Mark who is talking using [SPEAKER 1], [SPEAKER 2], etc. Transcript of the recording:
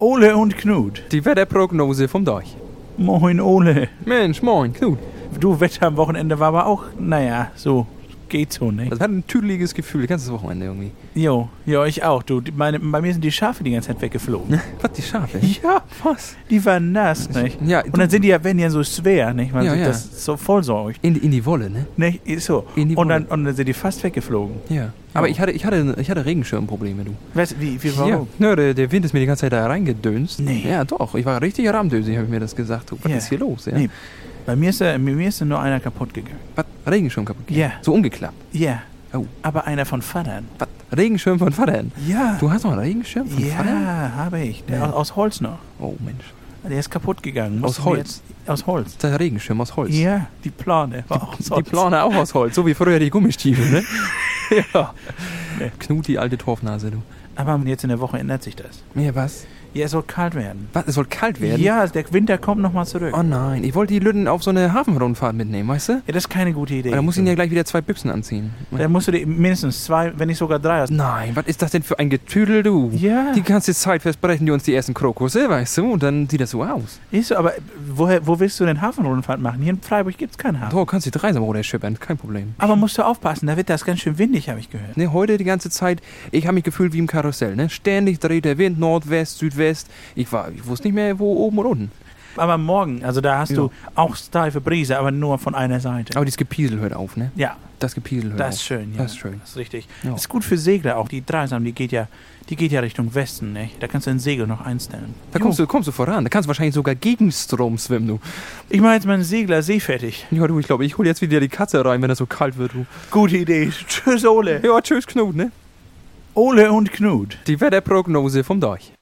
[SPEAKER 1] Ole und Knut.
[SPEAKER 2] Die Wetterprognose vom Deich.
[SPEAKER 1] Moin, Ole.
[SPEAKER 2] Mensch, moin, Knut.
[SPEAKER 1] Du, Wetter am Wochenende war aber auch, naja, so geht so, ne?
[SPEAKER 2] Das hat ein tüdeliges Gefühl, ganzes Wochenende irgendwie.
[SPEAKER 1] Jo, jo, ich auch. Du, die- meine, bei mir sind die Schafe die ganze Zeit weggeflogen.
[SPEAKER 2] Was, die Schafe?
[SPEAKER 1] ja,
[SPEAKER 2] Was?
[SPEAKER 1] die waren nass, nicht?
[SPEAKER 2] Ja,
[SPEAKER 1] Und dann sind die ja, werden die ja so schwer, nicht? Man
[SPEAKER 2] Ja,
[SPEAKER 1] sieht
[SPEAKER 2] ja.
[SPEAKER 1] das so vollsäurig,
[SPEAKER 2] in, die- in die Wolle, ne?
[SPEAKER 1] nicht? Ist so.
[SPEAKER 2] In die
[SPEAKER 1] Und dann,
[SPEAKER 2] Wolle.
[SPEAKER 1] und dann sind die fast weggeflogen.
[SPEAKER 2] Ja. Aber ich hatte, ich hatte, ich hatte Regenschirmprobleme, du.
[SPEAKER 1] Was, wie, wie,
[SPEAKER 2] Ja,
[SPEAKER 1] warum?
[SPEAKER 2] ne, der, der Wind ist mir die ganze Zeit da reingedönst.
[SPEAKER 1] Nee.
[SPEAKER 2] Ja, doch. Ich war richtig rahmdösig, habe ich mir das gesagt. Du, was
[SPEAKER 1] Ja.
[SPEAKER 2] ist hier los? Ja.
[SPEAKER 1] Nee, bei mir ist, da- bei mir ist da nur einer kaputt gegangen.
[SPEAKER 2] Was? Regenschirm kaputt.
[SPEAKER 1] Ja.
[SPEAKER 2] So umgeklappt.
[SPEAKER 1] Ja.
[SPEAKER 2] Oh.
[SPEAKER 1] Aber einer von Vatern.
[SPEAKER 2] Was? Regenschirm von Vater.
[SPEAKER 1] Ja.
[SPEAKER 2] Du hast noch einen Regenschirm von Vater?
[SPEAKER 1] ja, habe ich. Der
[SPEAKER 2] Ja.
[SPEAKER 1] aus, aus Holz noch.
[SPEAKER 2] Oh Mensch.
[SPEAKER 1] Der ist kaputt gegangen.
[SPEAKER 2] Aus
[SPEAKER 1] Mussten wir
[SPEAKER 2] Holz?
[SPEAKER 1] Jetzt, aus Holz.
[SPEAKER 2] Der Regenschirm aus Holz.
[SPEAKER 1] Ja, die Plane war auch aus
[SPEAKER 2] Die
[SPEAKER 1] Holz.
[SPEAKER 2] Plane auch aus Holz, so wie früher die Gummistiefel, ne? ja. Knut, die alte Torfnase, du.
[SPEAKER 1] Aber jetzt in der Woche ändert sich das.
[SPEAKER 2] Mir was?
[SPEAKER 1] Ja, es soll kalt werden.
[SPEAKER 2] Was? Es soll kalt werden?
[SPEAKER 1] Ja, also der Winter kommt nochmal zurück.
[SPEAKER 2] Oh nein, ich wollte die Lütten auf so eine Hafenrundfahrt mitnehmen, weißt du?
[SPEAKER 1] ja, das ist keine gute Idee.
[SPEAKER 2] Aber dann muss ich ihnen ja gleich wieder zwei Büchsen anziehen.
[SPEAKER 1] da musst du dir mindestens zwei, wenn nicht sogar drei hast.
[SPEAKER 2] Nein, was ist das denn für ein Getüdel, du?
[SPEAKER 1] Ja.
[SPEAKER 2] Die ganze Zeit versprechen die uns die ersten Krokusse, weißt du? Und dann sieht das so aus.
[SPEAKER 1] Siehst du, aber woher, wo willst du denn Hafenrundfahrt machen? Hier in Freiburg gibt's keinen Hafen.
[SPEAKER 2] So, kannst die Dreisamroder schippern, kein Problem.
[SPEAKER 1] Aber musst du aufpassen, da wird das ganz schön windig, habe ich gehört.
[SPEAKER 2] Ne, heute die ganze Zeit, ich habe mich gefühlt wie im Karussell, ne? Ständig dreht der Wind Nordwest, Südwest. Ich war, ich wusste nicht mehr, wo oben und unten.
[SPEAKER 1] Aber morgen, also da hast
[SPEAKER 2] Ja.
[SPEAKER 1] du auch steife Brise, aber nur von einer Seite.
[SPEAKER 2] Aber dieses Gepiesel hört auf, ne?
[SPEAKER 1] Ja,
[SPEAKER 2] Das Gepiesel hört
[SPEAKER 1] das ist
[SPEAKER 2] auf.
[SPEAKER 1] schön. Ja.
[SPEAKER 2] Das ist schön.
[SPEAKER 1] Das ist richtig.
[SPEAKER 2] Ja.
[SPEAKER 1] Ist gut für Segler auch. Die Dreisam, die geht ja, die geht ja Richtung Westen, nicht? Da kannst du den Segel noch einstellen.
[SPEAKER 2] Da kommst du, kommst du voran. Da kannst du wahrscheinlich sogar gegen Strom schwimmen, du.
[SPEAKER 1] Ich mache jetzt meinen Segler seefertig.
[SPEAKER 2] Ja, du, ich glaube, ich hole jetzt wieder die Katze rein, wenn das so kalt wird, du.
[SPEAKER 1] Gute Idee. Tschüss, Ole.
[SPEAKER 2] Ja, tschüss, Knut, ne?
[SPEAKER 1] Ole und Knut.
[SPEAKER 2] Die Wetterprognose vom Deich.